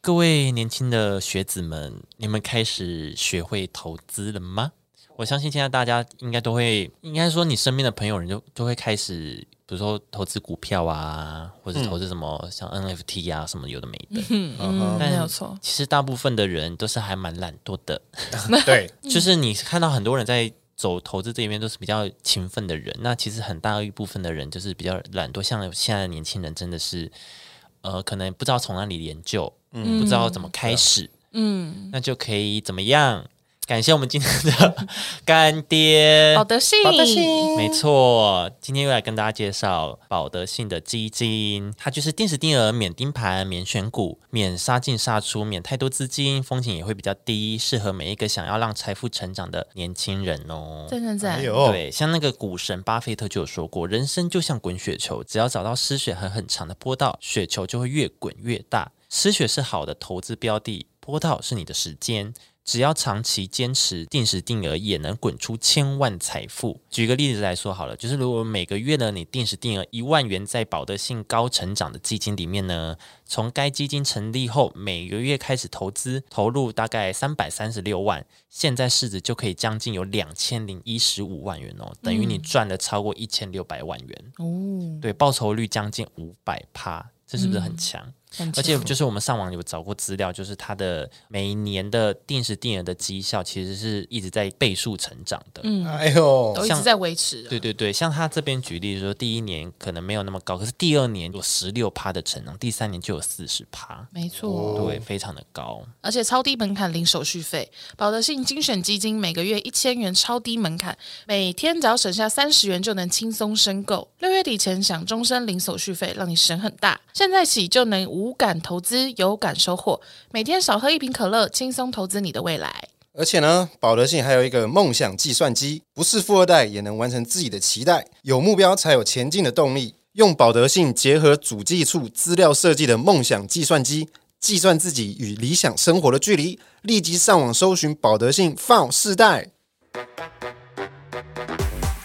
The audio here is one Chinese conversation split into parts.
各位年轻的学子们，你们开始学会投资了吗？我相信现在大家应该都会，应该说你身边的朋友人就就会开始，比如说投资股票啊，或者投资什么、像 NFT 啊什么有的没的。嗯，但没有错，其实大部分的人都是还蛮懒惰的， 对，就是你看到很多人在走投资这一边都是比较勤奋的人，那其实很大一部分的人就是比较懒惰，像现在的年轻人真的是，呃，可能不知道从哪里研究，嗯，不知道怎么开始，嗯，那就可以怎么样？感谢我们今天的 干爹，保德信，好的，心，没错，今天又来跟大家介绍保德信的基金，它就是定时定额、免盯盘、免选股、免杀进杀出、免太多资金，风险也会比较低，适合每一个想要让财富成长的年轻人哦。赞赞哎赞，呦，对，像那个股神巴菲特就有说过，人生就像滚雪球，只要找到失血和很长的坡道，雪球就会越滚越大。失血是好的投资标的，坡道是你的时间。只要长期坚持，定时定额也能滚出千万财富。举个例子来说好了，就是如果每个月呢，你定时定额一万元在保德信高成长的基金里面呢，从该基金成立后每个月开始投资，投入大概三百三十六万，现在市值就可以将近有两千零一十五万元哦，等于你赚了超过一千六百万元，哦，对，报酬率将近五百趴，这是不是很强？很而且幸福就是我们上网有找过资料，就是它的每一年的定时定额的绩效其实是一直在倍数成长的。嗯哎呦，都一直像在维持了，对对对，像他这边举例说，第一年可能没有那么高，可是第二年有十六趴的成长，第三年就有四十趴，没错，对，非常的高。而且超低门槛零手续费，保德信精选基金每个月一千元超低门槛，每天只要省下三十元就能轻松申购。六月底前享终身零手续费，让你省很大。现在起就能无感投资，有感收获，每天少喝一瓶可乐，轻松投资你的未来。而且呢，保德信还有一个梦想计算机，不是富二代也能完成自己的期待，有目标才有前进的动力。用保德信结合主计处资料设计的梦想计算机，计算自己与理想生活的距离。立即上网搜寻保德信 Found 世代。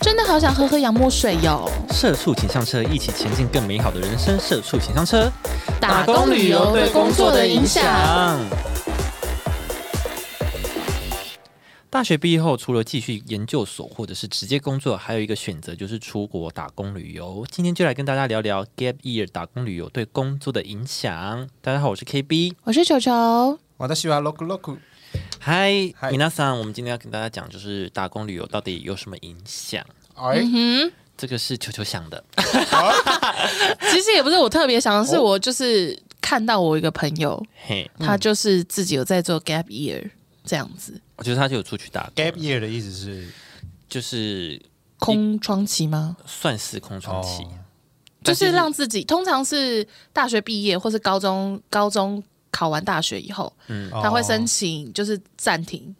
真的好想喝喝洋墨水哟！社畜请上车，一起前进更美好的人生。社畜请上车，打工旅游对工作的影响。大学毕业后，除了继续研究所或者是直接工作，还有一个选择就是出国打工旅游。今天就来跟大家聊聊 gap year 打工旅游对工作的影响。大家好，我是 KB。我是球球，我的喜欢 Look Look，嗨，嗨米娜桑，我们今天要跟大家讲，就是打工旅游到底有什么影响？哎，嗯这个是球球想的，其实也不是我特别想的，是我就是看到我一个朋友，嘿，他就是自己有在做 gap year 这样子，我觉得他就有出去打工 Gap year 的意思是就是空窗期吗？算是空窗期，哦就但是让自己，通常是大学毕业或是高中高中考完大学以后，哦哦他会申请就是暂停，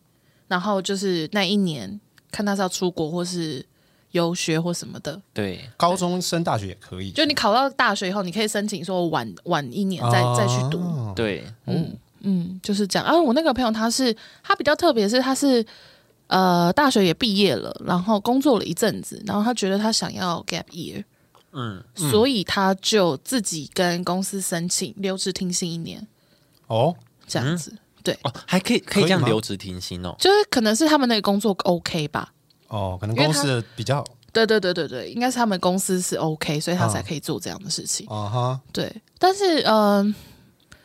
然后就是那一年看他是要出国或是游学或什么的。对高中升大学也可以，就你考到大学以后，你可以申请说晚晚一年再、再去读，哦对，嗯，就是这样。啊，我那个朋友他是他比较特别，是他是呃大学也毕业了，然后工作了一阵子，然后他觉得他想要 gap year，嗯，所以他就自己跟公司申请留职停薪一年，哦，这样子。对，哦，还可以可以这可以样吗留职停薪哦，就是可能是他们那个工作 OK 吧？哦，可能因为公他司的比较对对对对对，应该是他们公司是 OK，所以他嗯才哦可以做这样的事情。啊哈，对，但是嗯、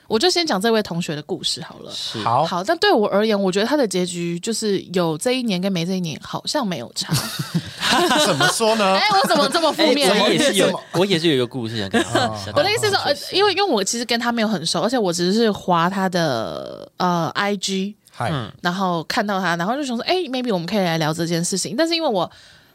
我就先讲这位同学的故事好了。是， 好，好，但对我而言，我觉得他的结局就是有这一年跟没这一年好像没有 差。怎么说呢 哎、？我怎么这么负哎，面？我也是怎有么，哦我也是有一个故事想跟大家 分享。我的意思是说，呃，因为为因为我其实跟他没有很熟，而且我只是划他的呃 IG，嗨，然后看到他，然后就想说，哎、m a y b e 我们可以来聊这件事情。但是因为我，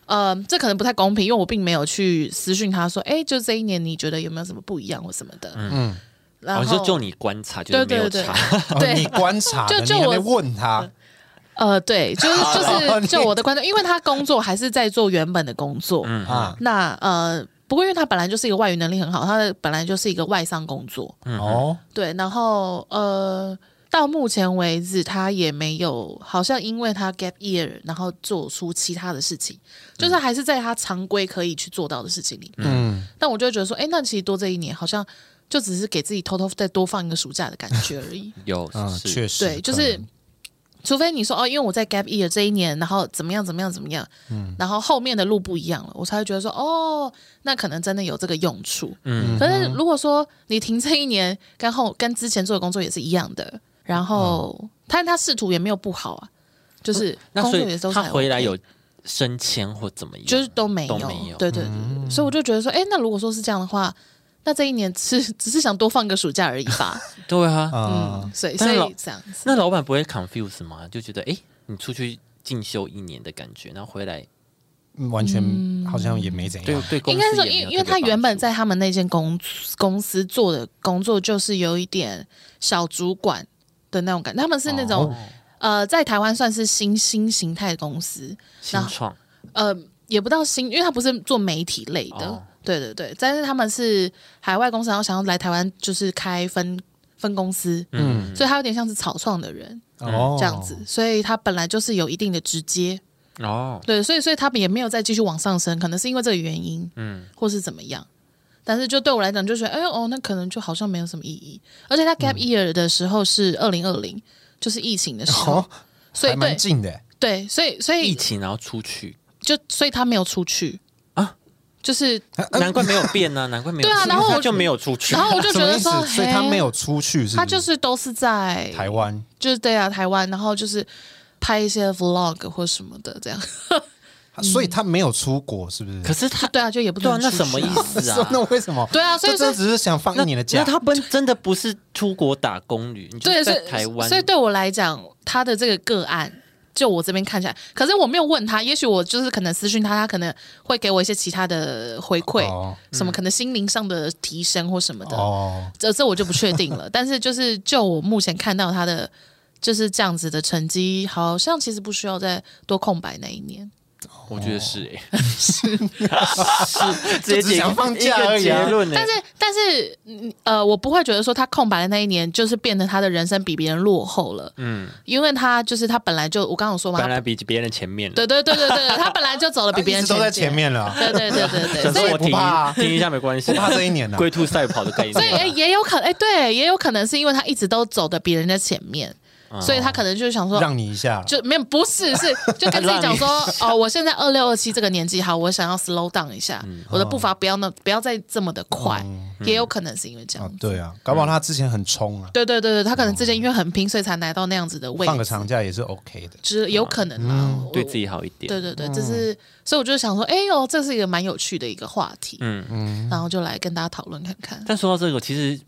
呃，这可能不太公平，因为我并没有去私讯他说，哎、就这一年你觉得有没有什么不一样或什么的？嗯，然我后、就就哦你观察，觉对得没有对对差， 哦你对，观察的，就就你还我没问他，呃，对，就是 就好是哦你就我的观众，因为他工作还是在做原本的工作，嗯啊那呃，不过因为他本来就是一个外语能力很好，他的本来就是一个外商工作，嗯哦，对，然后呃，到目前为止，他也没有好像因为他 gap year，然后做出其他的事情，就是还是在他常规可以去做到的事情里面。嗯，但我就会觉得说，哎，那其实多这一年好像就只是给自己偷偷再多放一个暑假的感觉而已。有嗯，是确实，对，就是除非你说哦，因为我在 Gap Year 这一年，然后怎么样怎么样怎么样，嗯然后后面的路不一样了，我才会觉得说哦，那可能真的有这个用处。嗯嗯，可是如果说你停这一年，跟后跟之前做的工作也是一样的，然后、但他仕途也没有不好啊，就嗯是哦那工所作以也都是他还回来 OK 有升迁或怎么样？就是都没有，都没有嗯对对对对对所以我就觉得说，哎、那如果说是这样的话，那这一年是只是想多放个暑假而已 吧，对啊，啊嗯，，所以所但是老以这样子，那老板不会 confuse 吗？就觉得诶，你出去进修一年的感觉，然后回来嗯完全好像也没怎对样。对公应司该是说，也没因有为因为特别他原本帮助在他们那间公司公司做的工作就是有一点小主管的那种感觉，他们是那哦种、呃，在台湾算是新新形态公司，新创呃，也不到新，因为他不是做媒体类的，哦对对对，但是他们是海外公司，然后想要来台湾就是开分分公司，嗯所以他有点像是草创的人哦，这样子，所以他本来就是有一定的直接，哦，对，所以所以他们也没有再继续往上升，可能是因为这个原因，嗯嗯，或是怎么样。但是就对我来讲，就觉得哎呦哦，那可能就好像没有什么意义。而且他嗯 gap year 的时候是二零二零，就是疫情的时候，哦，所以还蛮对近的， 对，所以所疫以情然后出去，就所以他没有出去啊嗯啊，就是呃难怪没有变 呢，难怪没有对啊变然后他我就没有出去， 然后我就什觉么得意思说，？所以他嘿没有出去，是不他就是都是在台湾就是对啊台湾，然后就是拍一些 vlog 或什么的这样。 嗯所以他没有出国，是不是？？可是他对啊，就也不对啊，能那出什么去意啊？思啊 那为什么？对啊，所以就真的所以只是想放一那年的假那，他不真的不是出国打工旅，你就对，所在以台湾，所以对我来讲，他的这个个案。就我这边看起来，可是我没有问他，也许我就是可能私讯他，他可能会给我一些其他的回馈，哦什么嗯可能心灵上的提升或什么的，哦，这这我就不确定了。 但是就是就我目前看到他的就是这样子的成绩，好像其实不需要再多空白那一年。我觉得是哎， 是直接哦只想结放假一个而已啊结论欸但是但是嗯呃，我不会觉得说他空白的那一年就是变得他的人生比别人落后了，嗯，因为他就是他本来就我刚刚有说嘛，他本来比别人前面了，对对对对对，他本来就走了他比一别人直都在前。面了，对对对对对，想所说以我不停怕啊停一下没关系 不，怕这一 年呢。 啊龟兔赛跑的概念，所以哎、也有可能哎、对，也有可能是因为他一直都走的比人家前面，哦所以他可能就想说。让你一下了，就没有不是是就跟自己讲说哦，我现在二六二七这个年纪，好，我想要 slow down 一下，嗯我哦的步伐不要那不要再这么的快，哦也有可能是因为这样啊，。对啊，搞不好他之前很冲啊，对对对对，他可能哦之前因为很拼，所以才来到那样子的位放个置，长假嗯也是 OK 的。只有可能啦。我哦对自己好一点，对对对，这是所以我就想说，哎呦，这是一个蛮有趣的一个话题，嗯嗯，然后就来跟大家讨论看看。但说到这个，其实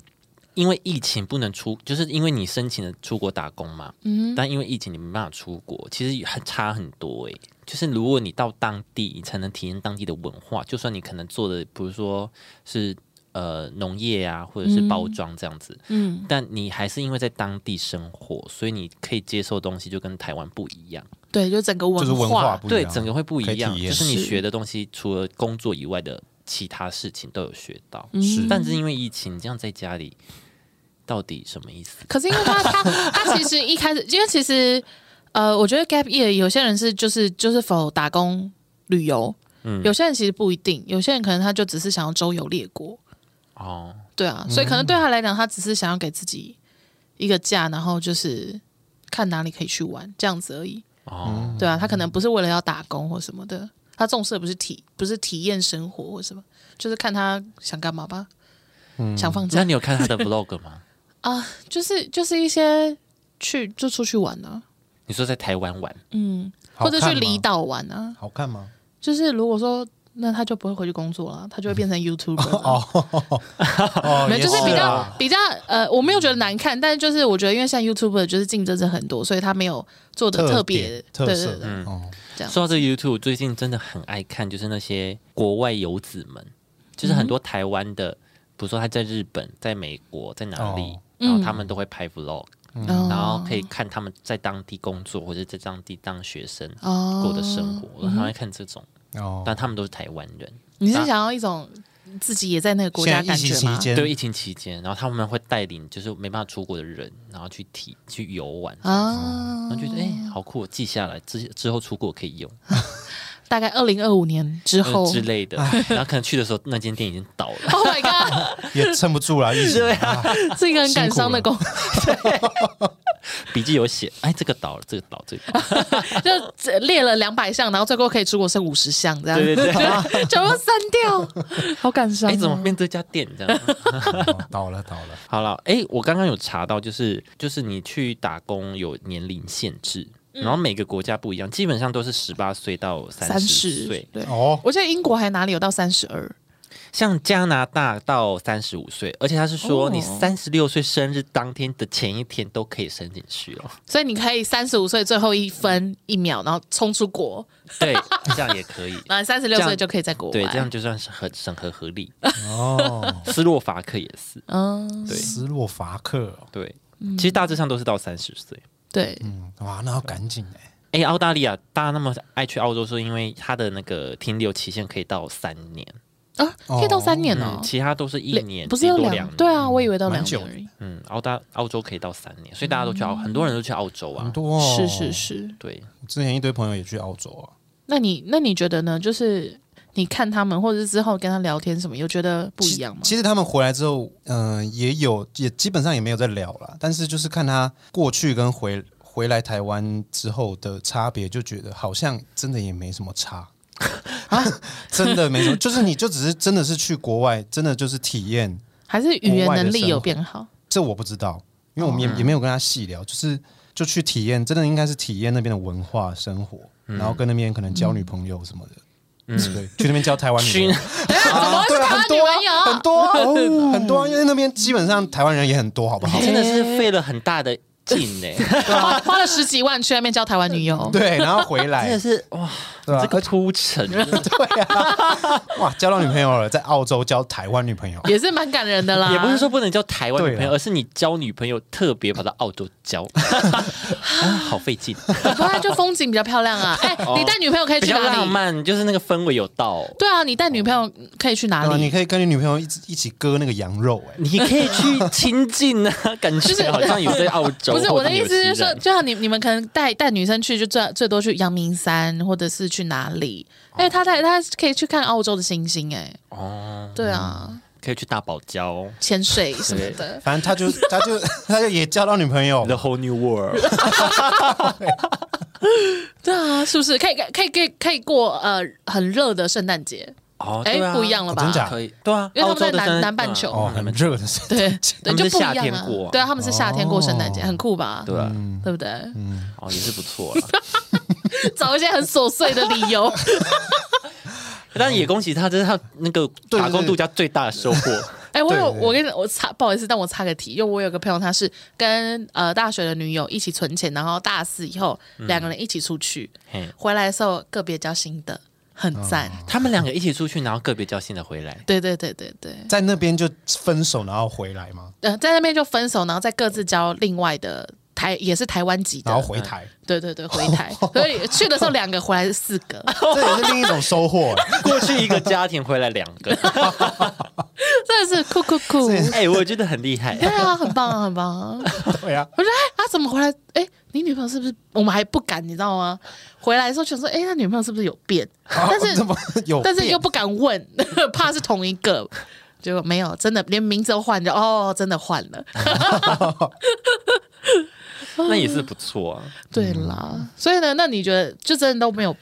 因为疫情不能出，就是因为你申请了出国打工嘛，但因为疫情你没办法出国，其实很差很多诶、欸就是如果你到当地，你才能体验当地的文化，就算你可能做的，比如说是呃农业啊，或者是包装这样子，嗯，但你还是因为在当地生活，所以你可以接受的东西就跟台湾不一样，对，就整个文就是文化不一对，样啊整个会不一可以样，体就验是你是学的东西除了工作以外的其他事情都有学到，嗯是但是因为疫情，这样在家里到底什么意思？可是因为他他他其实一开始，因为其实呃，我觉得 gap year 有些人是就是就是否打工旅游，嗯有些人其实不一定，有些人可能他就只是想要周游列国，哦，对啊，所以嗯可能对他来讲，他只是想要给自己一个假，然后就是看哪里可以去玩这样子而已，哦，对啊，他可能不是为了要打工或什么的，他重视的不是体不是体验生活或什么，就是看他想干嘛吧，嗯想放假那你有看他的 vlog 吗？ 啊、就是就是一些去就出去玩啊。你说在台湾玩，好或者去看吗离岛玩啊。好看吗？就是如果说那他就不会回去工作了，他就会 变成 YouTuber 了。哦没有，就是比也较、啊比较呃，我没有觉得难看，但是就是我觉得，因为现在 YouTuber 就是竞争者很多，所以他没有做的特别特点对对特色对，嗯对哦这样说到这个 YouTube，我最近真的很爱看，就是那些国外游子们，就是嗯很多台湾的，比如说他在日本、在美国、在哪里，哦嗯然后他们都会拍 vlog，、嗯哦然后可以看他们在当地工作或者在当地当学生嗯哦过的生活，我很爱看这种，哦，但他们都是台湾人。你是想要一种自己也在那个国现家在感疫情觉期吗？间对，疫情期间，然后他们会带领就是没办法出国的人，然后去体去游玩，啊然，后觉得哎、好酷，我记下来之之后出国可以用、大概二零二五年之呃后之类的，然后可能去的时候那间店已经倒了， ，Oh my 也撑不 住了，疫情对啊，是一个很感伤的工，笔记有写，哎，这个倒了，这个倒，这个倒，就只列了两百项，然后最后可以出国剩五十项这样，对对 对，全部删掉，好感伤、哎，哦。怎么变这家店这样？ 哦倒了倒了。好了，哎，我刚刚有查到，就是就是你去打工有年龄限制，然后每个国家不一样，基本上都是十八岁到三三十十岁，对，哦，我记得英国还哪里有到三十二？像加拿大到三十五岁，而且他是说哦你三十六岁生日当天的前一天都可以申请去哦。所以你可以三十五岁最后一分一秒，然后冲出国，对， 这样也可以。然后三十六这样岁就可以在国外。对，这样就算是很审核合理。哦，斯洛伐克也是，嗯，对斯洛伐克哦，对，其实大致上都是到三十岁。对，嗯，哇，那要赶紧哎，哎，澳大利亚大家那么爱去澳洲，是因为它的那个停留期限可以到三年，啊，可以到三年哦嗯，，其他都是一两年，不是要顶多两？年对，啊，我以为到两蛮年久的而已。嗯，澳大澳洲可以到三年，所以大家都去澳，嗯很多人都去澳洲啊很。多哦是是，是，对，之前一堆朋友也去澳洲啊，那你那你觉得呢？就是你看他们，或者是之后跟他聊天什么，有觉得不一样吗？其实他们回来之后，嗯、也有也基本上也没有在聊了，但是就是看他过去跟回回来台湾之后的差别，就觉得好像真的也没什么差。啊， 真的没什么，就是你就只是真的是去国外，真的就是体验，还是语言国外的能力有生活变好？这我不知道，因为我们也、也没有跟他细聊，就是就去体验，真的应该是体验那边的文化生活，然后跟那边可能交女朋友什么的，嗯，对，去那边交台湾女朋友去，啊哦对，很多啊很多啊哦很多啊，因为那边基本上台湾人也很多，好不 好？真的是费了很大的劲呢、花啊花了十几万去那边交台湾女 友，对，然后回真 来的，是哇，对吧啊这个铺陈， 对啊，哇，交到女朋友了，在澳洲交台湾女朋友，也是蛮感人的啦。也不是说不能交台湾女朋友，啊对啊而是你交女朋友特别跑到澳洲 交，啊好费劲，不然啊就风景比较漂亮啊。 哎、你带女朋友可以哦比去较哪浪里？漫，就是那个氛围有到。对啊，你带女朋友可以去哪对吧？里？嗯你可以跟你女朋友一起一起割那个羊肉，哎，你可以去亲近 啊，感觉好像有在澳洲。不是我的意思，是或者说，纽西就像你你们可能带带女生去，就最最多去阳明山，或者是去哪里？哦哎、她带她可以去看澳洲的星星、哎，兰哦，对啊，可以去大堡礁潜水什么的。反正他就他就 他就也交到女朋 友， ，The whole new world。对啊，是不是可以可以可以可以过呃很热的圣诞节？哦，哎、对啊不一样了吧？真假可以，对啊，因为他们在澳洲的南圣诞南半球哦，很热的是， 对 对，们就是不一样、啊、夏天过啊对啊，他们是夏天过圣诞节，很酷吧？对啊，嗯对不对？ 哦，也是不错啦。找一些很琐碎的理由。但也恭喜他，这是他那个对打工对对度假最大的收 获。哎、我有，对我跟你我插，不好意思，但我插个题，因为我有个朋友，他是跟呃大学的女友一起存钱，然后大四以后嗯两个人一起出去，嘿回来的时候个别交心得，很哦赞。他们两个一起出去，然后个别交心的回来。对对对对对，在那边就分手然后回来嘛，呃，在那边就分手，然后再各自交另外的台，也是台湾籍然后的，回台，对啊嗯对对，回台。所以去的时候两个，回来是四个， 这也是另一种收获，哎过去一个家庭，回来两个，真的是酷酷酷。哎、我觉得很厉害。对啊，很棒啊，很棒啊！对呀，我说，哎，他怎么回来？哎，你女朋友是不是？我们还不敢，你知道吗？回来的时候想说，哎，他女朋友是不是有 变？但是啊怎么有但是变又不敢问， 怕是同一个，结果没有，真的连名字都换了，哦，真的换 了，那也是不错、啊。对啦，所以呢，那你觉得就真的都没有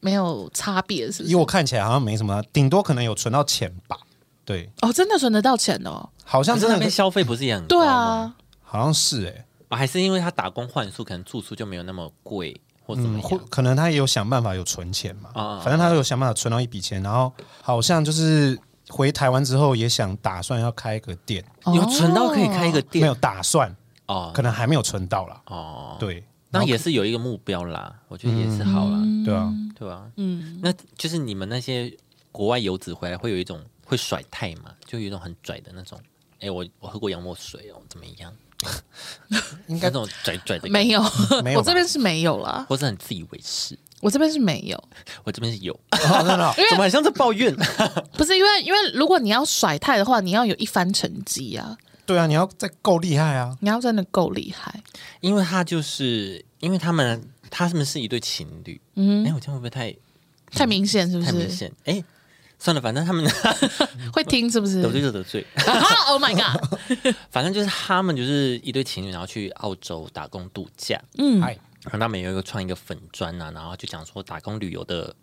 没有差别，是不以是？我看起来好像没什么，啊顶多可能有存到钱吧。对，哦，真的存得到钱哦，好那像真那的边消费不是也很高对吗？啊，好像是哎、啊还是因为他打工换宿，可能住宿就没有那么贵，或怎么嗯，或样？可能他也有想办法有存钱嘛，啊啊啊反正他有想办法存到一笔钱，然后好像就是回台湾之后也想打算要开个店，有存到可以开一个没店有打算，哦可能还没有存到啦。哦，对，那也是有一个目标啦，我觉得也是好啦。对啊，对啊，嗯，那就是你们那些国外游子回来会有一种会甩态嘛，就有一种很拽的那种。哎，我我喝过洋墨水哦，怎么样？应该那种拽拽的，没，有，没有吧 我这边是没有啦，或是很自以为是。我这边是没有，我这边是有，哦真的哎哦怎么很像在抱怨？不是因为因为如果你要甩太的话，你要有一番成绩啊，对啊，你要再够厉害啊，你要真的够厉害， 因为他就是因为他们，他们是一对情侣。嗯，哎，我这样会不会太嗯太明显是不太明是？显？哎，算了，反正他们会听是不 是得？罪就得罪， 啊 Oh my god！反正就是他们就是一对情侣，然后去澳洲打工度假，嗯嗨，然后他们有一个创一个粉砖啊，然后就讲说打工旅游的，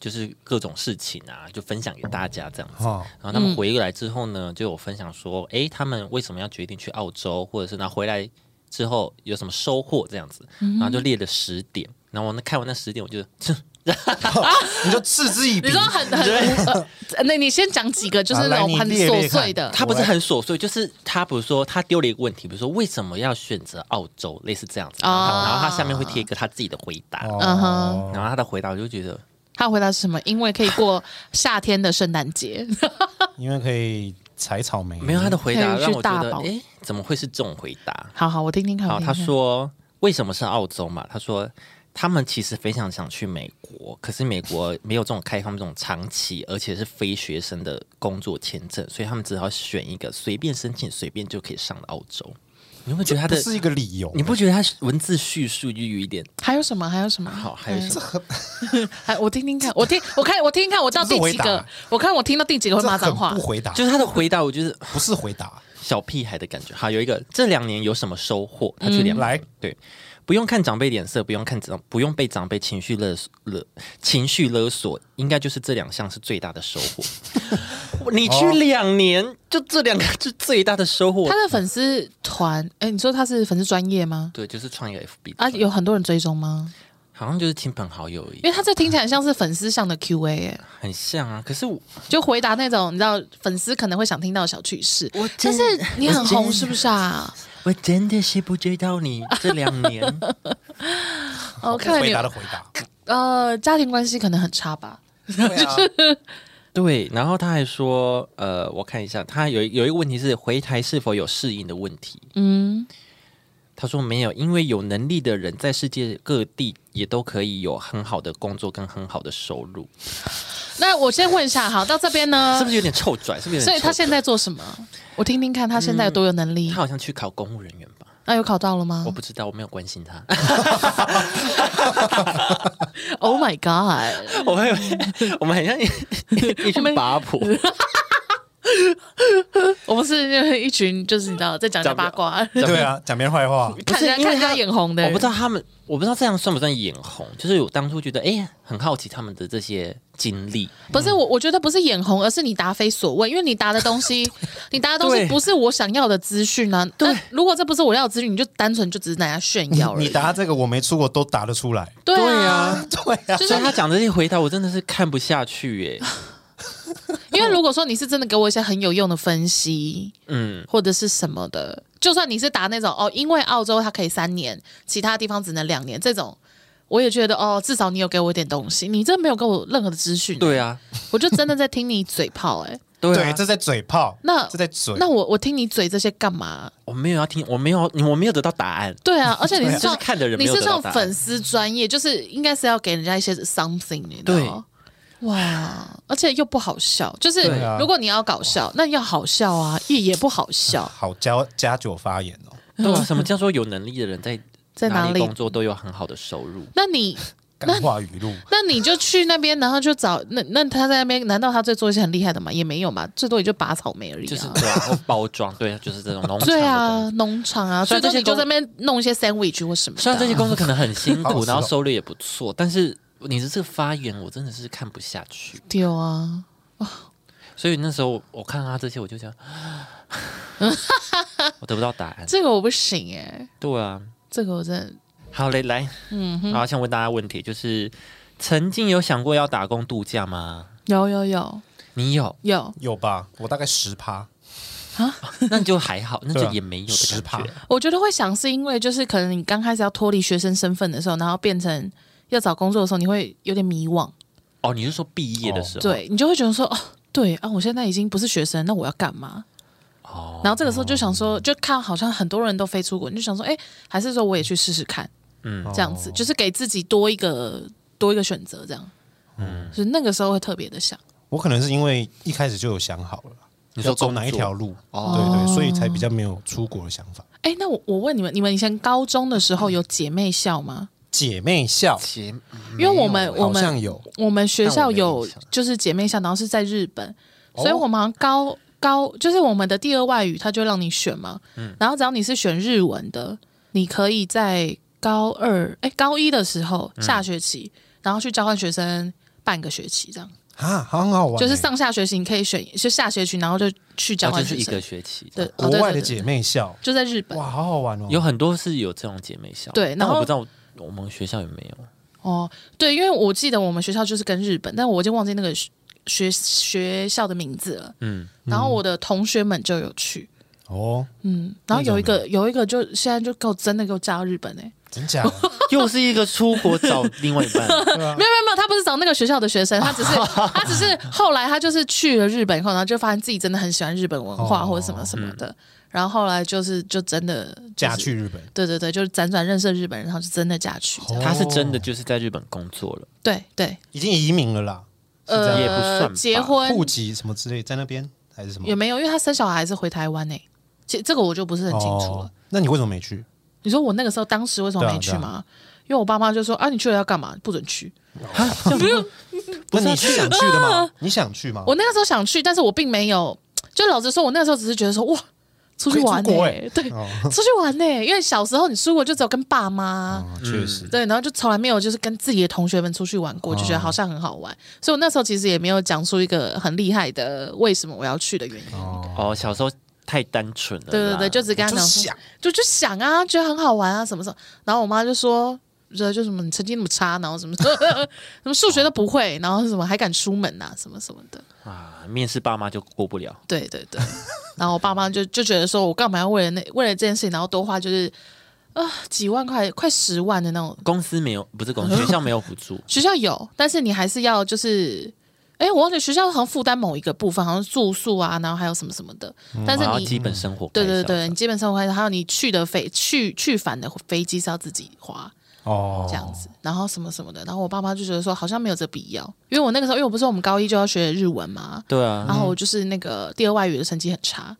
就是各种事情啊，就分享给大家这样子。哦，然后他们嗯回来之后呢，就有分享说，诶，他们为什么要决定去澳洲，或者是拿回来之后有什么收获这样子，嗯然后就列了十点。然后我那看完那十点，我就 你就嗤之以鼻你说。很很呃，那你先讲几个，就是那好来种你很列列琐碎的。他不是很琐碎，就是他比如说他丢了一个问题，比如说为什么要选择澳洲，类似这样子。然后他哦然后他下面会贴一个他自己的回答，嗯哼然后他的回答我就觉得他回答是什么？因为可以过夏天的圣诞节。 因为可以采草莓，没有他的回答 可以去让我觉大得堡诶，怎么会是这种回答？好好，我听听看。好，我听他听看说为什么是澳洲嘛？他说他们其实非常想去美国，可是美国没有这种开放这种长期而且是非学生的工作签证，所以他们只好选一个随便申请、随便就可以上的澳洲。你会觉得他不的，是一个理由你。不觉得他文字叙述就有一点还有什么？还有什么？好？还有什么？还我听听看，我听我看我听听看，我到第几这不是回个答？我看我听到第几个会这骂很脏话不？回答，就是他的回答，我觉得不是回答。小屁孩的感觉。好，有一个这两年有什么收获？他去两、来，对，不用看长辈脸色，不用看长，不用被长辈情绪勒索勒情绪勒索，应该就是这两项是最大的收获。你去两年，就这两个是最大的收获他。的粉丝团，哎，你说他是粉丝专业吗？对，就是创一个 FB 啊，专有很多人追踪吗？好像就是亲朋好友一样，因为他这听起来像是粉丝向的 Q&A，哎很像啊。可是我就回答那种你知道粉丝可能会想听到的小趣事。我但真是你很我红真是不 是啊？我真的是不知道 你这两年哦，看来回你答的回答，呃家庭关系可能很差吧。 对，然后他还说，呃，我看一下，他有一有一个问题是回台是否有适应的问题。嗯，他说没有，因为有能力的人在世界各地也都可以有很好的工作跟很好的收入，那我先问一下，好，到这边呢是，不是有点臭拽？是不是有点臭拽？呃所以他现在做什么？我听听看，他现在嗯有多有能力他？好像去考公务人员吧？那有考到了吗嗯我不知道，我没有关心他。 ？Oh my god！我 会，我们很像一一群八婆，我们是一群就是你知道在讲人家八卦，对啊，讲别人坏 话，不看是人家因为看人家他眼红的，我不知道他们，我不知道这样算不算眼红。就是我当初觉得，哎、很好奇他们的这些经历。不是我，我觉得不是眼红，而是你答非所问，因为你答的东西，你答的东西对不是我想要的资讯啊。对，如果这不是我要的资讯，你就单纯就只是拿来炫耀而已。你答这个我没出过都答得出来。 对对啊，啊对啊，就是所以他讲这些回答，我真的是看不下去耶、因为如果说你是真的给我一些很有用的分析，嗯，或者是什么的，就算你是答那种哦，因为澳洲它可以三年，其他地方只能两年这种。我也觉得哦，至少你有给我一点东西，你真的没有给我任何的资讯，对啊，我就真的在听你嘴炮哎、对啊，对，这在嘴炮，那这在嘴。那我我听你嘴这些干嘛？我没有要听，我没有，我没有得到答案。对啊，而且你是就上是看的人没你有是得到上答案粉丝专业，就是应该是要给人家一些 something，你知道吗？哇，而且又不好笑，就是对啊，如果你要搞笑，那要好笑啊，也也不好笑好加加酒发言哦， 对 啊，什么叫做有能力的人在在哪里工？作都有很好的收入？那你干话语录。那你就去那边，然后就找那那他在那边，难道他在做一些很厉害的吗？也没有嘛，最多也就拔草莓而已、啊。就是对啊，或包装，对，就是这种农场对的工啊作。，农场啊，虽最然多这些你就工在那边弄一些 sandwich 或什么的啊、虽然这些工作可能很辛 好好苦，吃哦然后收入也不错，但是你的这个发言我真的是看不下去。丢啊，所以那时候我看他这些，我 就想，我得不到答案。这个我不行哎、对啊，这个我真的好嘞，来，嗯，好，想问大家问题，就是曾经有想过要打工度假吗？有有有你有，有，有吧？我大概十趴，那就还好，那对就啊也没有十的趴感觉。，我觉得会想是因为就是可能你刚开始要脱离学生身份的时候，然后变成要找工作的时候，你会有点迷惘，哦，你是说毕业的哦时候？对你就会觉得说哦。对啊，我现在已经不是学生，那我要干嘛？哦，然后这个时候就想说，就看好像很多人都飞出国，你就想说，哎，还是说我也去试试看，嗯哦这样子，就是给自己多一个多一个选择，这样，嗯，就是那个时候会特别的想，哦我可能是因为一开始就有想好了，你说要走工作哪一条路？哦对对，所以才哦比较没有出国的想法。嗯哎，那我我问你们，你们以前高中的时候有姐妹校吗？姐妹校，姐，因为我们哎我好像们有我们学校但我没有印象就是姐妹校，然后是在日本，哦所以我们好像高高就是我们的第二外语，它就让你选嘛。嗯然后只要你是选日文的，你可以在高二哎高一的时候嗯下学期，然后去交换学生半个学期这样，啊，好很好玩欸，就是上下学期你可以选就下学期，然后就去交然后换就学是一生。个学期，对，，国哦对外对的对姐妹校，就在日本哇，好好玩哦，有很多是有这种姐妹校，对但然我后不知道我们学校有没有。哦，对，因为我记得我们学校就是跟日本，但我已经忘记那个学学学校的名字了。嗯，然后我的同学们就有去，哦，嗯，然后有一个有一个就现在就给我真的给我嫁到日本哎、真 假的？又是一个出国找另外一半，啊没有没有没有，他不是找那个学校的学生，他 只是他只是后来他就是去了日本以后，然后就发现自己真的很喜欢日本文化哦或者什么什么的，然后后来就是就真的嫁，就是去日本，对对对，就是辗转认识了日本人，然后就真的嫁去这样，哦他是真的就是在日本工作了，对对，已经移民了啦，样也不呃算，吧结婚户籍什么之类在那边还是什么也？没有，因为他生小孩是回台湾呢、欸这这个我就不是很清楚了。哦。那你为什么没去？你说我那个时候当时为什么没去对啊对吗？因为我爸妈就说啊，你去了要干嘛？不准去。那你是啊想去啊的吗？你想去吗？我那个时候想去，但是我并没有。就老实说，我那个时候只是觉得说哇，出去玩可以出呢、国欸哦 对，出去玩呢、欸因为小时候你出国就只有跟爸妈。哦确实，对，然后就从来没有就是跟自己的同学们出去玩过，哦就觉得好像很好玩，所以我那时候其实也没有讲出一个很厉害的为什么我要去的原因。哦，小时候太单纯了啦，对对对，就只跟他就讲说想就就想啊，觉得很好玩啊，什么什么。然后我妈就说，就就什么你成绩那么差，然后什么 什么数学都不会，然后什么还敢出门啊，什么什么的。啊，面试爸妈就过不了，对对对。然后我爸妈就就觉得说，我干嘛要为了那为了这件事情，然后多花就是啊、几万块，快十万的那种。公司没有，不是公司，学校没有补助学校有，但是你还是要就是。哎，我忘记学校好像负担某一个部分，好像住宿啊，然后还有什么什么的。 但是然后你基本生活开对销对对，你基本上还有还有你去的飞去去返的飞机是要自己花哦这样子，然后什么什么的，然后我爸妈就觉得说好像没有这必要，因为我那个时候因为我不是说我们高一就要学日文嘛，对啊，然后我就是那个第二外语的成绩很差，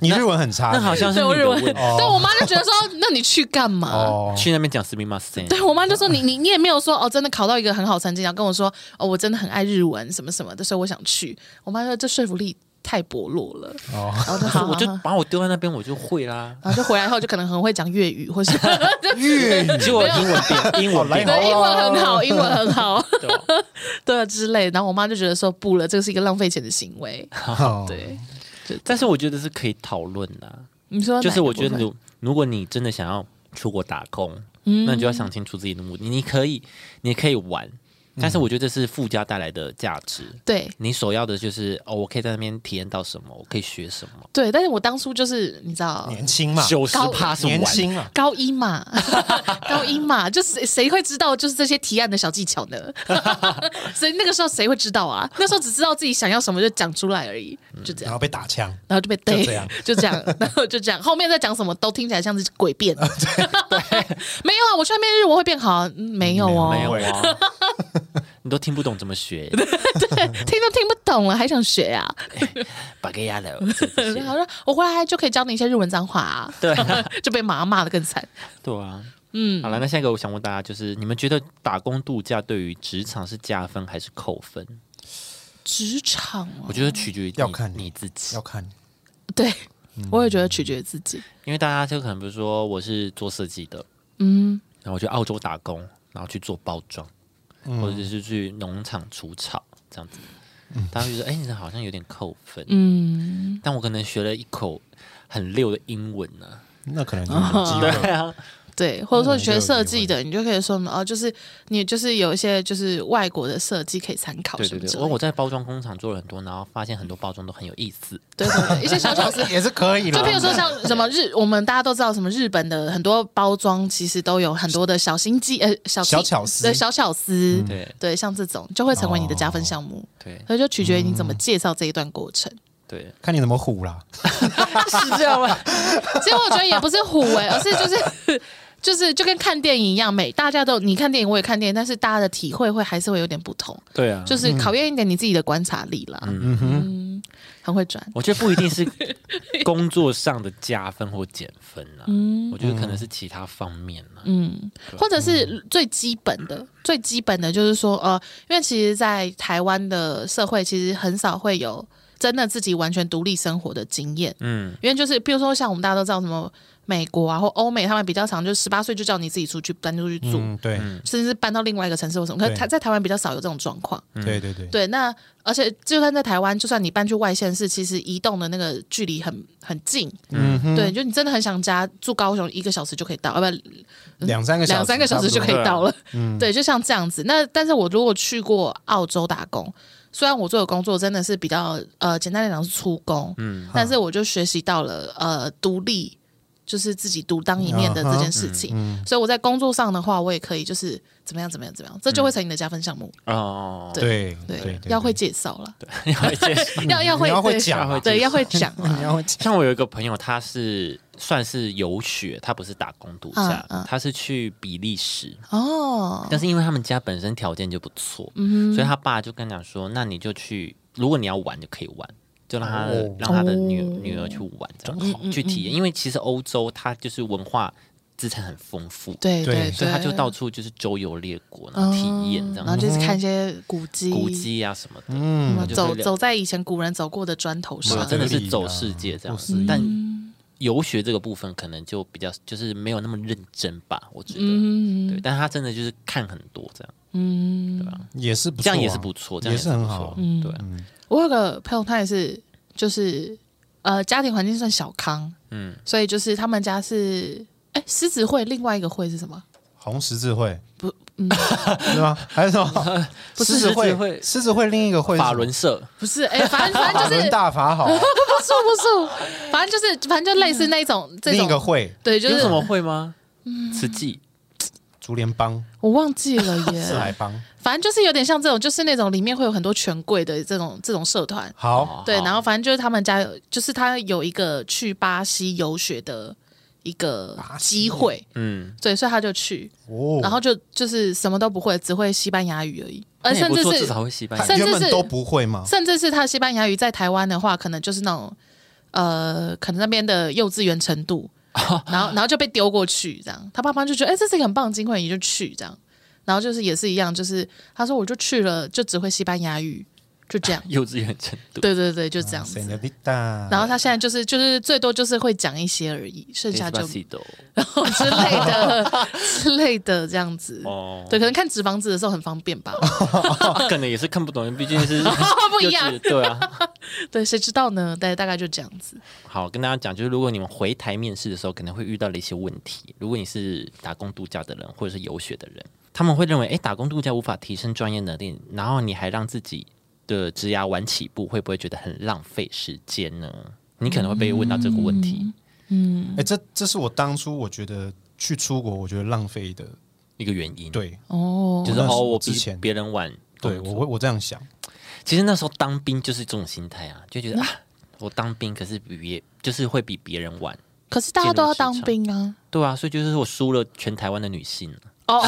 你日文很差，那好像是啊对你我日的文，问题。对我妈就觉得说那你去干嘛？哦，去那边讲 s m i m a s e n 对我妈就说你你你也没有说哦，真的考到一个很好成绩，然后跟我说哦，我真的很爱日文什么什么的，所以我想去。我妈说这说服力太薄弱了，哦然后就好好我就好把我丢在那边，我就会 啦。然后就回来后就可能很会讲粤语，或 是粤语结果英文变，英文变好来对，英文很啊好，英文很好，哦对吧 对啊之类。然后我妈就觉得说不了，这个是一个浪费钱的行为。哦对，但是我觉得是可以讨论的，你说就是我觉哪得个部如如果你真的想要出国打工，那你就要想清楚自己的目的。你可以，你可以玩，嗯但是我觉得这是附加带来的价值。分对你所要的就是哦，我可以在那边体验到什么，我可以学什么。对，但是我当初就是你知道年轻嘛，九十高趴是玩年，轻啊，高一嘛， 高一嘛，就谁谁会知道就是这些提案的小技巧呢？ 所以那个时候谁会知道啊？那时候只知道自己想要什么就讲出来而已，就这然样。后被打枪，然后就被逮就这样，就这样，然后就这样，后面在讲什么都听起来像是诡辩。 没有啊，我去那边日文会变好啊，嗯没有哦，没有 啊，你都听不懂怎么学，听都听不懂了，还想学啊？巴格亚的， 然后说我回来就可以教你一些日文脏话啊，对 就被妈骂的更惨。对啊。嗯，好了，那下一个我想问大家，就是你们觉得打工度假对于职场是加分还是扣分？职场、啊我，觉得取决于你要看你自己要，看对我也觉得取决于自己。因为大家就可能比如说我是做设计的，嗯，然后我去澳洲打工，然后去做包装，或者是去农场除草这样子，大家就觉得哎、你好像有点扣分。嗯，但我可能学了一口很溜的英文呢、那可能就有哦机会。对啊，对，或者说你学设计的，你就可以说什么哦，就是你就是有一些就是外国的设计可以参考对什对么之对，类我的我在包装工厂做了很多，然后发现很多包装都很有意思。对对对，一些 小巧思。也是可以就啦。譬如说像什么日，我们大家都知道什么日本的很多包装其实都有很多的小心机，呃，小技小巧思对小巧思，对对，像这种就会成为你的加哦分项目。 对所以就取决于你嗯怎么介绍这一段过程。对，看你怎么唬啦， 是这样吗？ 其实我觉得也不是唬哎、而是就是。就是就跟看电影一样，每大家都你看电影，我也看电影，但是大家的体会会还是会有点不同，对啊，就是考验一点你自己的观察力啦。嗯哼，很会转。我觉得不一定是工作上的加分或减分啊，我觉得可能是其他方面啊。或者是最基本的、最基本的就是说，呃，因为其实，在台湾的社会，其实很少会有真的自己完全独立生活的经验。嗯，因为就是，比如说像我们大家都知道，什么美国啊或欧美，他们比较常就十八岁就叫你自己出去搬出去住，嗯，对，甚至是搬到另外一个城市或什么。可是对台在台湾比较少有这种状况。对对对，对，那而且就算在台湾，就算你搬去外县市，其实移动的那个距离很很近。嗯哼，对，就你真的很想家，住高雄一个小时就可以到，啊不，两三个小时，两三个小时就可以到了。 对，就像这样子。那但是我如果去过澳洲打工，虽然我做的工作真的是比较呃简单来讲是出工，嗯，但是我就学习到了呃独立，就是自己独当一面的这件事情。所以我在工作上的话，我也可以就是怎么样怎么样怎么样，这就会成你的加分项目。哦，对对对，对，对要 会介绍了， 了解。要要会你要会对讲啊对，要会讲 啊。你要像我有一个朋友，他是算是游学，他不是打工度假，嗯嗯他是去比利时，哦，嗯但是因为他们家本身条件就不错，所以他爸就跟他讲说：“那你就去，如果你要玩就可以玩，就让他、哦让他的女、女儿去玩，这样好去嗯体验。因为其实欧洲它就是文化资产很丰富，对对对，哦所以他就到处就是周游列国，然后体验这然后样、就是看一些古迹、古迹啊什么的。什嗯么就走是两走在以前古人走过的砖头对上，真的合是理走啦世界这样不子是，但嗯游学这个部分可能就比较就是没有那么认真吧，我觉得。嗯对，但他真的就是看很多这样，嗯，也是不错啊，这样也是不错，这样也是不很错好嗯对啊，我有个朋友，他也是，就是呃，家庭环境算小康，嗯，所以就是他们家是，哎，狮子会另外一个会是什么？红十字会 不，嗯对吗？还是什么？不是狮狮子子会会，狮子会另一个会是法什么轮社，不是，哎，反正反法正就是轮大法好，不是不是，反正就是反正就类似那种这另一个种，会对，就有是嗯什么会吗？慈济竹联帮、我忘记了 四海耶，帮，反正就是有点像这种，就是那种里面会有很多权贵的这种这种社团，好，哦对，然后反正就是他们家有，就是他有一个去巴西游学的一个机会，嗯，对，所以他就去，哦，然后就就是什么都不会，只会西班牙语而已，那而也呃甚不至错，是至少会西班他牙语，甚至哎原本是都不会嘛，甚至是他西班牙语在台湾的话，可能就是那种呃，可能那边的幼稚园程度，然后然后就被丢过去这样，他爸妈就觉得哎、这是一个很棒的机会，你就去这样，然后就是也是一样，就是他说我就去了，就只会西班牙语，就这样 幼稚园程度。对对对，就这样啊子。 Señorita 然后他现在就是就是最多就是会讲一些而已，剩下就 Despacito 然后 之类的之类的这样子。哦，对，可能看纸房子的时候很方便吧。可能也是看不懂，毕竟是 不一幼稚样对啊。对，谁知道呢？对，大概就这样子。好，跟大家讲，就是如果你们回台面试的时候，可能会遇到的一些问题。如果你是打工度假的人，或者是游学的人，他们会认为，哎，打工度假无法提升专业能力，然后你还让自己的职涯晚起步，会不会觉得很浪费时间呢？你可能会被问到这个问题，哎，这这是我当初我觉得去出国，我觉得浪费的，一个原因，，对哦就是那是哦，我我之比前别人晚工对，作，我会我这样想，其实那时候当兵就是这种心态啊，就觉得、啊，我当兵可是比别就是会比别人晚，可是大家都要当兵啊。对啊，所以就是我输了全台湾的女性，哦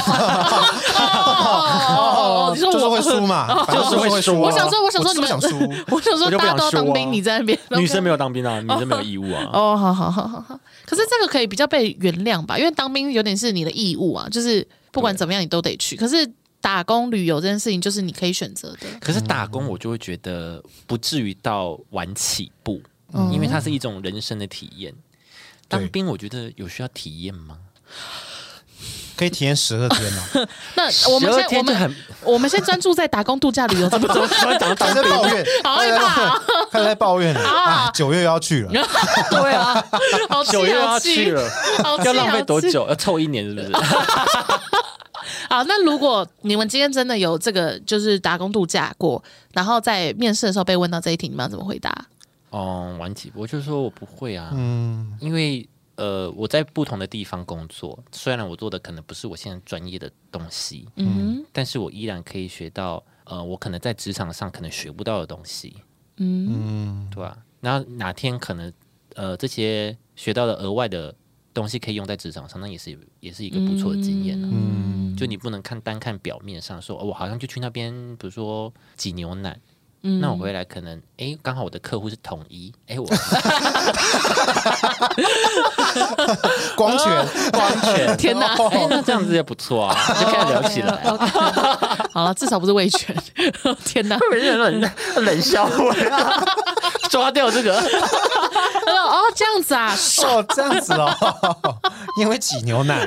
哦，你就说是我哦会输 嘛，反正就是会输输啊。我想说我想说我就是想输，我想说我就不大家想都要当说兵，啊你在那边女生没有当兵啊，女生没有义务啊，哦，好好好好好。可是这个可以比较被原谅吧，因为当兵有点是你的义务啊，就是不管怎么样你都得去。可是打工旅游这件事情，就是你可以选择的。可是打工我就会觉得不至于到晚起步，因为它是一种人生的体验。当兵我觉得有需要体验吗？可以体验十二天 嘛，那呃我们12先我天就们很我们先专注在打工度假旅游这 部分。突然讲到开当始在抱怨， 好开害始在抱怕啊怨，开始在抱 怨了啊！九月要去了，对啊，好气九月好要气去了，好气 要浪费好多气啊久？要凑一年是不是？ 好，那如果你们今天真的有这个就是打工度假过，然后在面试的时候被问到这一题，你们要怎么回答？哦，晚起步，我就说我不会啊，嗯因为呃，我在不同的地方工作，虽然我做的可能不是我现在专业的东西，嗯但是我依然可以学到，呃，我可能在职场上可能学不到的东西，嗯对吧、那哪天可能，呃，这些学到的额外的东西可以用在职场上，那也是也是一个不错的经验嗯啊。嗯就你不能看单看表面上说，哦，我好像就去那边，比如说挤牛奶，嗯那我回来可能哎，刚好我的客户是统一，哎，我光权光全， 天哪！哎，那这样子也不错 啊，就开始聊起来。 OK，好了，至少不是味全。 天 哪！有人冷冷笑我， 抓掉这个。他说哦，这样子 啊。哦，这样子哦， 你很会挤牛 奶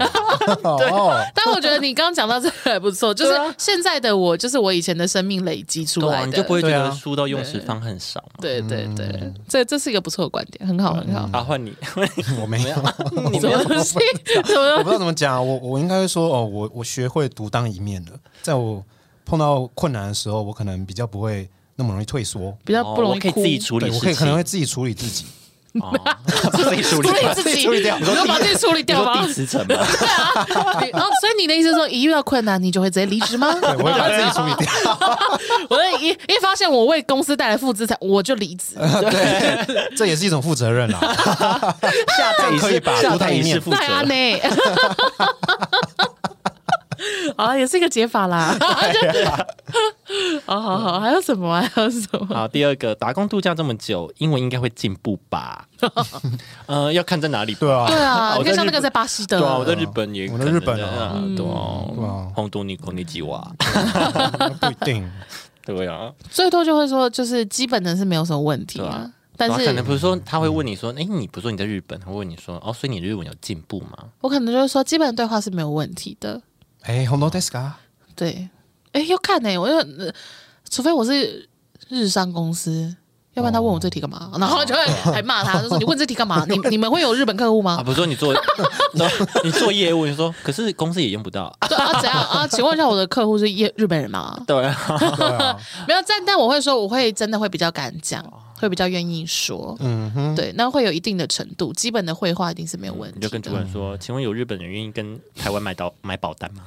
哦， 但我觉得你刚刚讲到这个还不错，就是现在的我，就是我以前的生命累积出对来啊，的。你就不会觉嗯对啊得书到用时方恨少嘛？对对对，这这是一个不错的观点，很好很好。啊，换你，我没有，嗯 你什没么有东西？什 么我不知道怎么讲啊，我我应该会说哦，我我学会独当一面了，在我碰到困难的时候，我可能比较不会那么容易退缩，比较哦不 容我易可以哭？自己处理对事我情，啊可以可能会自己处理自己， 哦自己处理处理自己，处理掉你就把自己处理你掉说吗第？十层吗？ 你 哦，所以你的意思是说，一遇到困难，你就会直接离 职吗？ 对我会把自己处理掉。我一一发现我为公司带来负资产，我就离职。对， 这也是一种负责任 啦。下台也可以是吧下多带台一也面是负责对。啊，呢。好了，也是一个解法啦。哎 好好好，还有什么啊？还有什么？好，第二个，打工度假这么久，英文应该会进步 吧？呃，要看在哪里吧。对啊，对 啊，我你看在像日那个本在巴西的对，啊，我在日本也可我能在啊，日本啊对对啊啊，红都尼孔尼基哇，不一定。对啊，最多就会说，就是基本的是没有什么问题对啊啊。但然后可能是比如说他会问你说，哎，你不是说你在日本，他会问你说，哦，所以你日文有进步吗？我可能就是说，基本对话是没有问题的。哎，红豆 desk 啊，对，哎，要看呢、我就、呃除非我是日商公司，要不然他问我哦这题干嘛，然后 就会还骂他，就说你问这题干嘛？你你们会有日本客户啊，吗？不是说你做 你说你做 业务，你说可是公司也用不到， 对啊，怎样啊？请问一下，我的客户是日日本人吗？对啊，对啊，没有，但但我会说，我会真的会比较敢讲，会比较愿意说，哦嗯嗯哼，对，那会有一定的程度，基本的绘画一定是没有问你题就跟主的。管说，请问有日本人愿意跟台湾买到买保单吗？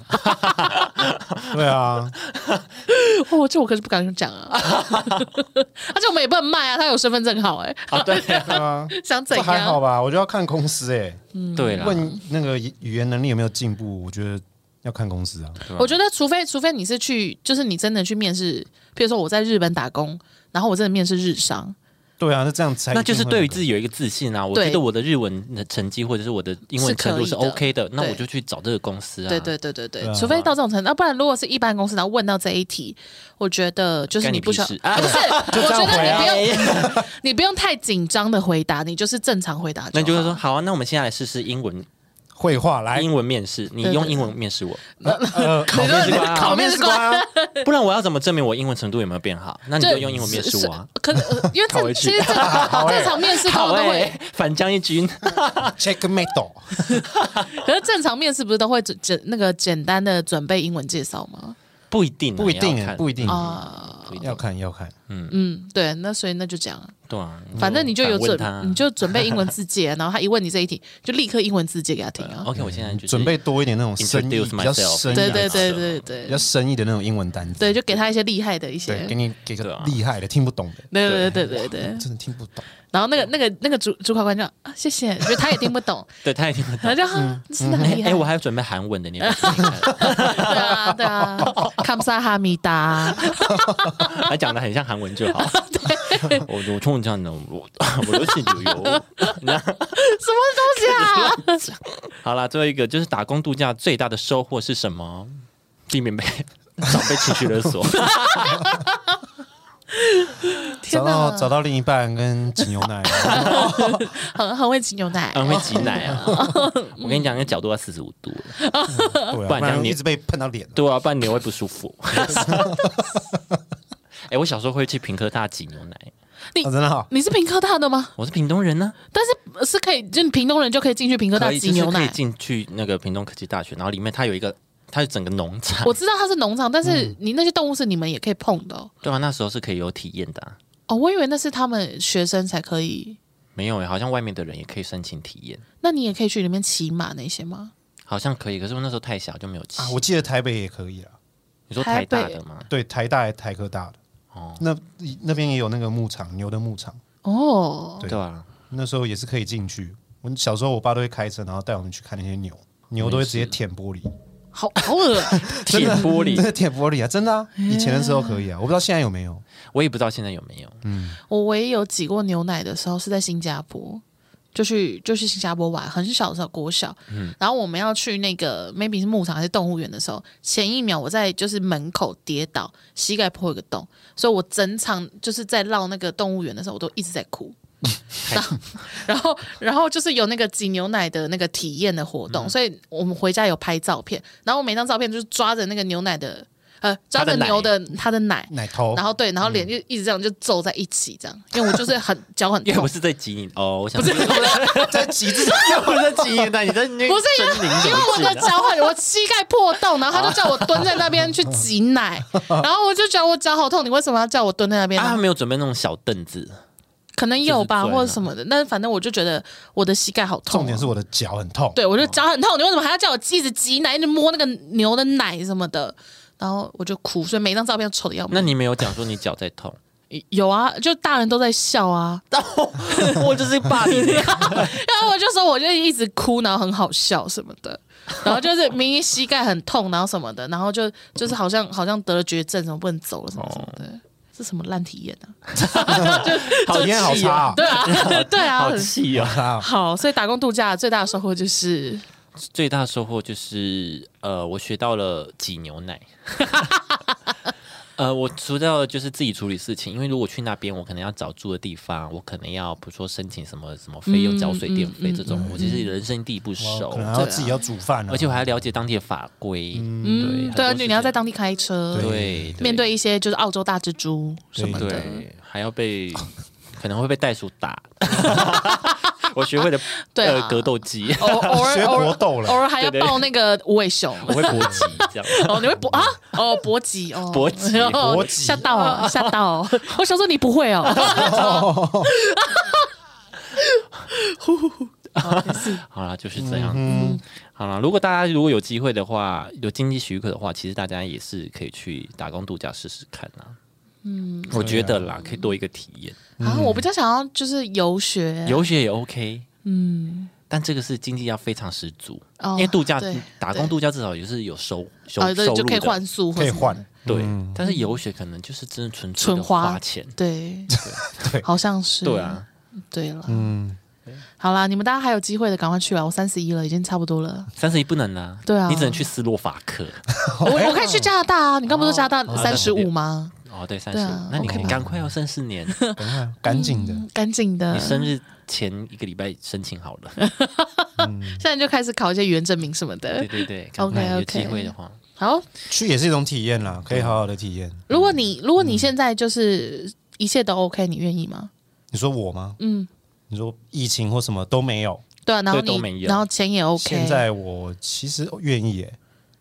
对啊， 哦，这我可是不敢讲啊， 而且我们也不能卖啊，他有身份证号、哎，啊， 对啊，对啊，想这怎样？还好吧？我就要看公司哎，对啦，啊问那个语言能力有没有进步？我觉得要看公司啊。对吧我觉得，除非除非你是去，就是你真的去面试，譬如说我在日本打工，然后我真的面试日商，对啊，那这样才那就是对于自己己有一个自信啊。我对觉得我的日文的成绩或者是我的英是文可程度以是的 OK 的，那对我就去找这个公司啊。对对对对对，对啊除非到这种程度，要不然如果是一般公司，然后问到这一题，我觉得就是干你你不需要，屁事 不是， 我觉样回啊得你不 用，你不用太紧张的回答，你就是正常回答那你就好会说好啊，那我们现在来试试英文 绘 画来，英文面试，你对用对英文面试我， 呃，考面试官啊，考面试官啊，不然我要怎么证明我英文程度有没有变好？那你就用英文面试我啊。可能呃因为 好这委其屈实这正常面试通好常哎都会，，反将一军， checkmate，可是正常面试不是都会准简那个简单的准备英文介绍吗？不一定啊， 不一也要定，看不一定，啊，不一定要看要看。嗯，对，那所以那就这样。对啊，哦反正你就反有问准他啊，你就准备英文字界，然后他一问你这一题，就立刻英文字界给他听啊。 OK，我现在就是准备多一点那种深意， Introduce 比较 myself 深意对的，对对比对较对深意的那种英文单词，对，就给他一些厉害的一些对，，给你给对个啊厉害的，听不懂的，对啊对对对对。真的听不懂。然后那个那个那个主主考官就啊，谢谢，就他也听不懂，对，他也听不懂。然后就哈真的很哎厉害哎，。我还有准备韩文的，你有没有自己看 对啊对啊，康萨哈米 达，还讲的很像韩文就好。我我冲这样的，我我就是旅游。什么东西啊？好啦，最后一个就是打工度假最大的收获是什么？避免被少被情绪勒 索。天找到哪，找到另一半跟挤牛 奶，很很会挤牛奶。很会挤奶啊！哦我跟你讲，那角度要四十五度了，对啊，不不然这样然你一直被碰到脸。对啊，不然你会不舒服。 哎、我小时候会去平科大挤牛奶，哦真的好，你是平科大的吗？我是屏东人呢、但是是可以，就屏东人就可以进去屏科大可以挤就是牛可以奶。进去那个屏东科技大学，然后里面它有一个，它有整个农场我，知道它是农场，但是嗯你那些动物是你们也可以碰的哦。对啊，那时候是可以有体验的啊、哦，我以为那是他们学生才可以，没有、欸，好像外面的人也可以申请体验，那你也可以去里面骑马那些吗？好像可以，可是我那时候太小就没有骑。啊，我记得台北也可以啦，你说台台北大的吗？对，台大、台科大的，哦，那那边也有那个牧场，牛的牧场，哦，对对啊，那时候也是可以进去。我小时候我爸都会开车，然后带我们去看那些牛，牛都会直接舔玻璃，好好恶啊！铁玻璃 真，的铁玻璃啊，真的啊，以前的时候可以啊，我不知道现在有没有。我也不知道现在有没有。我唯一有挤过牛奶的时候是在新加坡，就去就去新加坡玩，很小的时候国小，嗯然后我们要去那个 maybe 是牧场还是动物园的时候，前一秒我在就是门口跌倒，膝盖破一个洞，所以我整场就是在绕那个动物园的时候，我都一直在 哭。然后，然后就是有那个挤牛奶的那个体验的活嗯动，所以我们回家有拍照片，然后我每张照片就是抓着那个牛奶的，呃，抓它着的奶嗯牛的它的奶，奶哦头，然后对，然后脸就一直这样就皱在一起，这样，因为我就是很脚很 因为痛我，是在挤你哦，我想不是 在挤自己，不是在挤你，那你在那不是因狰为狞因为我怎么的挤的？脚很，我膝盖破洞，然后他就叫我蹲在那边去挤 奶，然后我就觉得我脚好痛，你为什么要叫我蹲在那边啊，呢？他没有准备那种小凳子，可能有吧，就是啊或坐在那者什么的，但反正我就觉得我的膝盖好痛、啊重点是。我的脚很痛。对，我就脚很痛，你为什么还要叫我一直挤奶，一直摸那个牛的奶什么的？然后我就哭，所以每一张照片都丑的要命。那你没有讲说你脚在痛，有啊，就大人都在笑啊，但我 我就是霸凌 你，然后我就说我就一直哭，然后很好笑什么的，然后就是明明膝盖很痛，然后什么的，然后就就是好像好像得了绝症，什么不能走了什么什么哦的，这什么烂体验啊？好体验好差 啊对啊， 对啊好，气啊！啊，好，所以打工度假最大的收获就是最大收获就是呃，我学到了挤牛奶。 呃，我除掉了就是自己处理事情，因为如果去那边，我可能要找住的地方，我可能要比如说申请什么什么费嗯用、缴水电费这种，我其实人生地不熟可，能要自己要煮饭啊而且我还要了解当地的法规，对，嗯，对啊，很多事你要在情当地开车，对面对一些就是澳洲大 蜘蛛什么的，对，还要被可能会被袋鼠 打。 我学会了对啊呃格斗 技，偶偶尔学偶搏尔斗偶了，尔还要对对抱那个无尾熊。我会搏击这样。哦，你会搏啊？哦，搏击哦，搏 击哦搏击吓到哦，吓到哦！ 我想说你不会哦， 好啦，就是这样。嗯，好啦，如果大家如果有机会的话，有经济许可的话，其实大家也是可以去打工度假试试看啦。嗯，我觉得啦，可以多一个体验，啊，我比较想要就是游学，嗯游学也 OK。嗯，但这个是经济要非常十足，哦因为度假对打工度假至少也是有收收啊，对，收就入可以的换宿，可以换。，对，但是游学可能就是真的纯粹纯的花花钱。对， 好像是，对，啊，对了，嗯，好啦，你们大家还有机会的，赶快去啊！我三十一了，已经差不多 了。三十一不能啊，对啊你只能去斯洛伐克。我我可以去加拿大啊，你刚不是说加拿大哦三十五吗？哦，对，三十对五啊，那你 OK 嗯可以吧赶快要剩四年，赶快赶紧的，干净的你，生日前一个礼拜申请好了。现在就开始考一些语言证明什么的 对。对对，赶 OK，快有 OK 机会的话，好，去也是一种体验啦，可以好好的体验。如果你嗯如果你现在就是一切都 OK，你愿意吗？你说我吗？嗯，你说疫情或什么都没有，对啊，然后对都你没有然后钱也 OK，现在我其实愿意耶，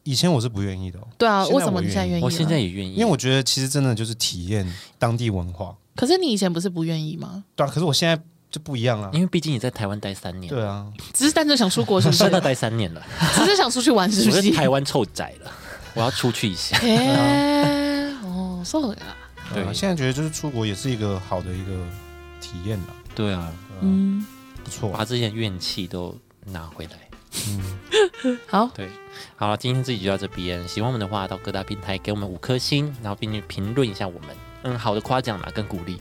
以前我是不愿意的哦，对啊，现在为什么我你现在愿意愿意了？我现在也愿意，因为我觉得其实真的就是体验当地文化，可是你以前不是不愿意吗？对啊，可是我现在就不一样了因，为毕竟你在台湾待三年，对啊，只是单纯想出国是不是 真？的待三年了，只是想出去玩 是我不在是？。台湾臭宅了，我要出去一下哎，哦，そう呀，对对啊，现在觉得就是出国也是一个好的一个体验了，对啊，嗯，不错把之前怨气都拿回来。好，对，好了，今天这集就到这边。喜欢我们的话，到各大平台给我们五颗星，然后并且评论一下我们。嗯，好的夸奖啦，跟鼓励。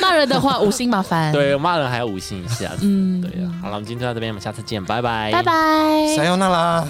骂人的话 五星麻烦，，对，骂人还要五星一下。哎啊嗯对呀、好了，我们今天就到这边，我们下次见，拜拜，拜拜，塞欧那拉。